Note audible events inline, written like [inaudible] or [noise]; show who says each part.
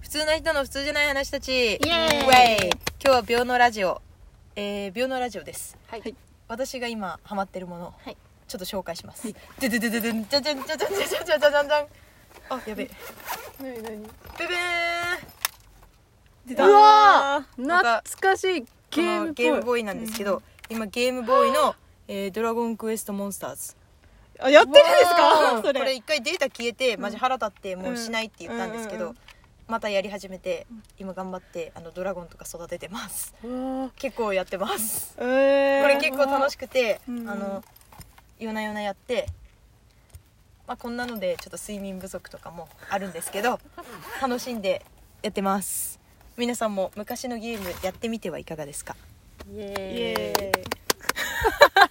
Speaker 1: 普通な人の普通じゃない話たちイエ
Speaker 2: ーイ
Speaker 1: 今日は病のラジオえー、病のラジオです
Speaker 2: はい、
Speaker 1: 私が今ハマってるもの、
Speaker 2: はい
Speaker 1: ちょっと紹介しますでででででんじゃじゃんじゃじゃんじゃじゃんじゃじゃんじゃんじゃんあやべえ
Speaker 2: なになに
Speaker 1: ベベーン出
Speaker 2: う
Speaker 1: た
Speaker 2: わー
Speaker 1: また
Speaker 2: 懐かしいゲ
Speaker 1: ゲー
Speaker 2: ーム
Speaker 1: ム
Speaker 2: っぽい
Speaker 1: ゲームボーイなんですけど、今ゲームボーイの、えードラゴンクエストモンスターズ」
Speaker 3: あやってるんです
Speaker 1: う
Speaker 3: か
Speaker 1: ん
Speaker 3: そ
Speaker 1: これ
Speaker 3: れ
Speaker 1: 一回データ消えてマジ腹立ってもうしないって言ったんですけど、
Speaker 3: うんうんうん
Speaker 1: またやり始めて今頑張ってあのドラゴンとか育ててます
Speaker 2: うわ
Speaker 1: 結構やってます
Speaker 3: こ
Speaker 1: これ
Speaker 3: れ
Speaker 1: 結構楽しくて、
Speaker 3: うん
Speaker 1: あの夜な夜なやって、まあ、こんなのでちょっと睡眠不足とかもあるんですけ
Speaker 3: [laughs]
Speaker 1: ど楽しんでやってます皆さんも昔のゲームやってみてはいかがですか
Speaker 2: ーイ
Speaker 3: イエ
Speaker 2: エーイ
Speaker 3: ーイ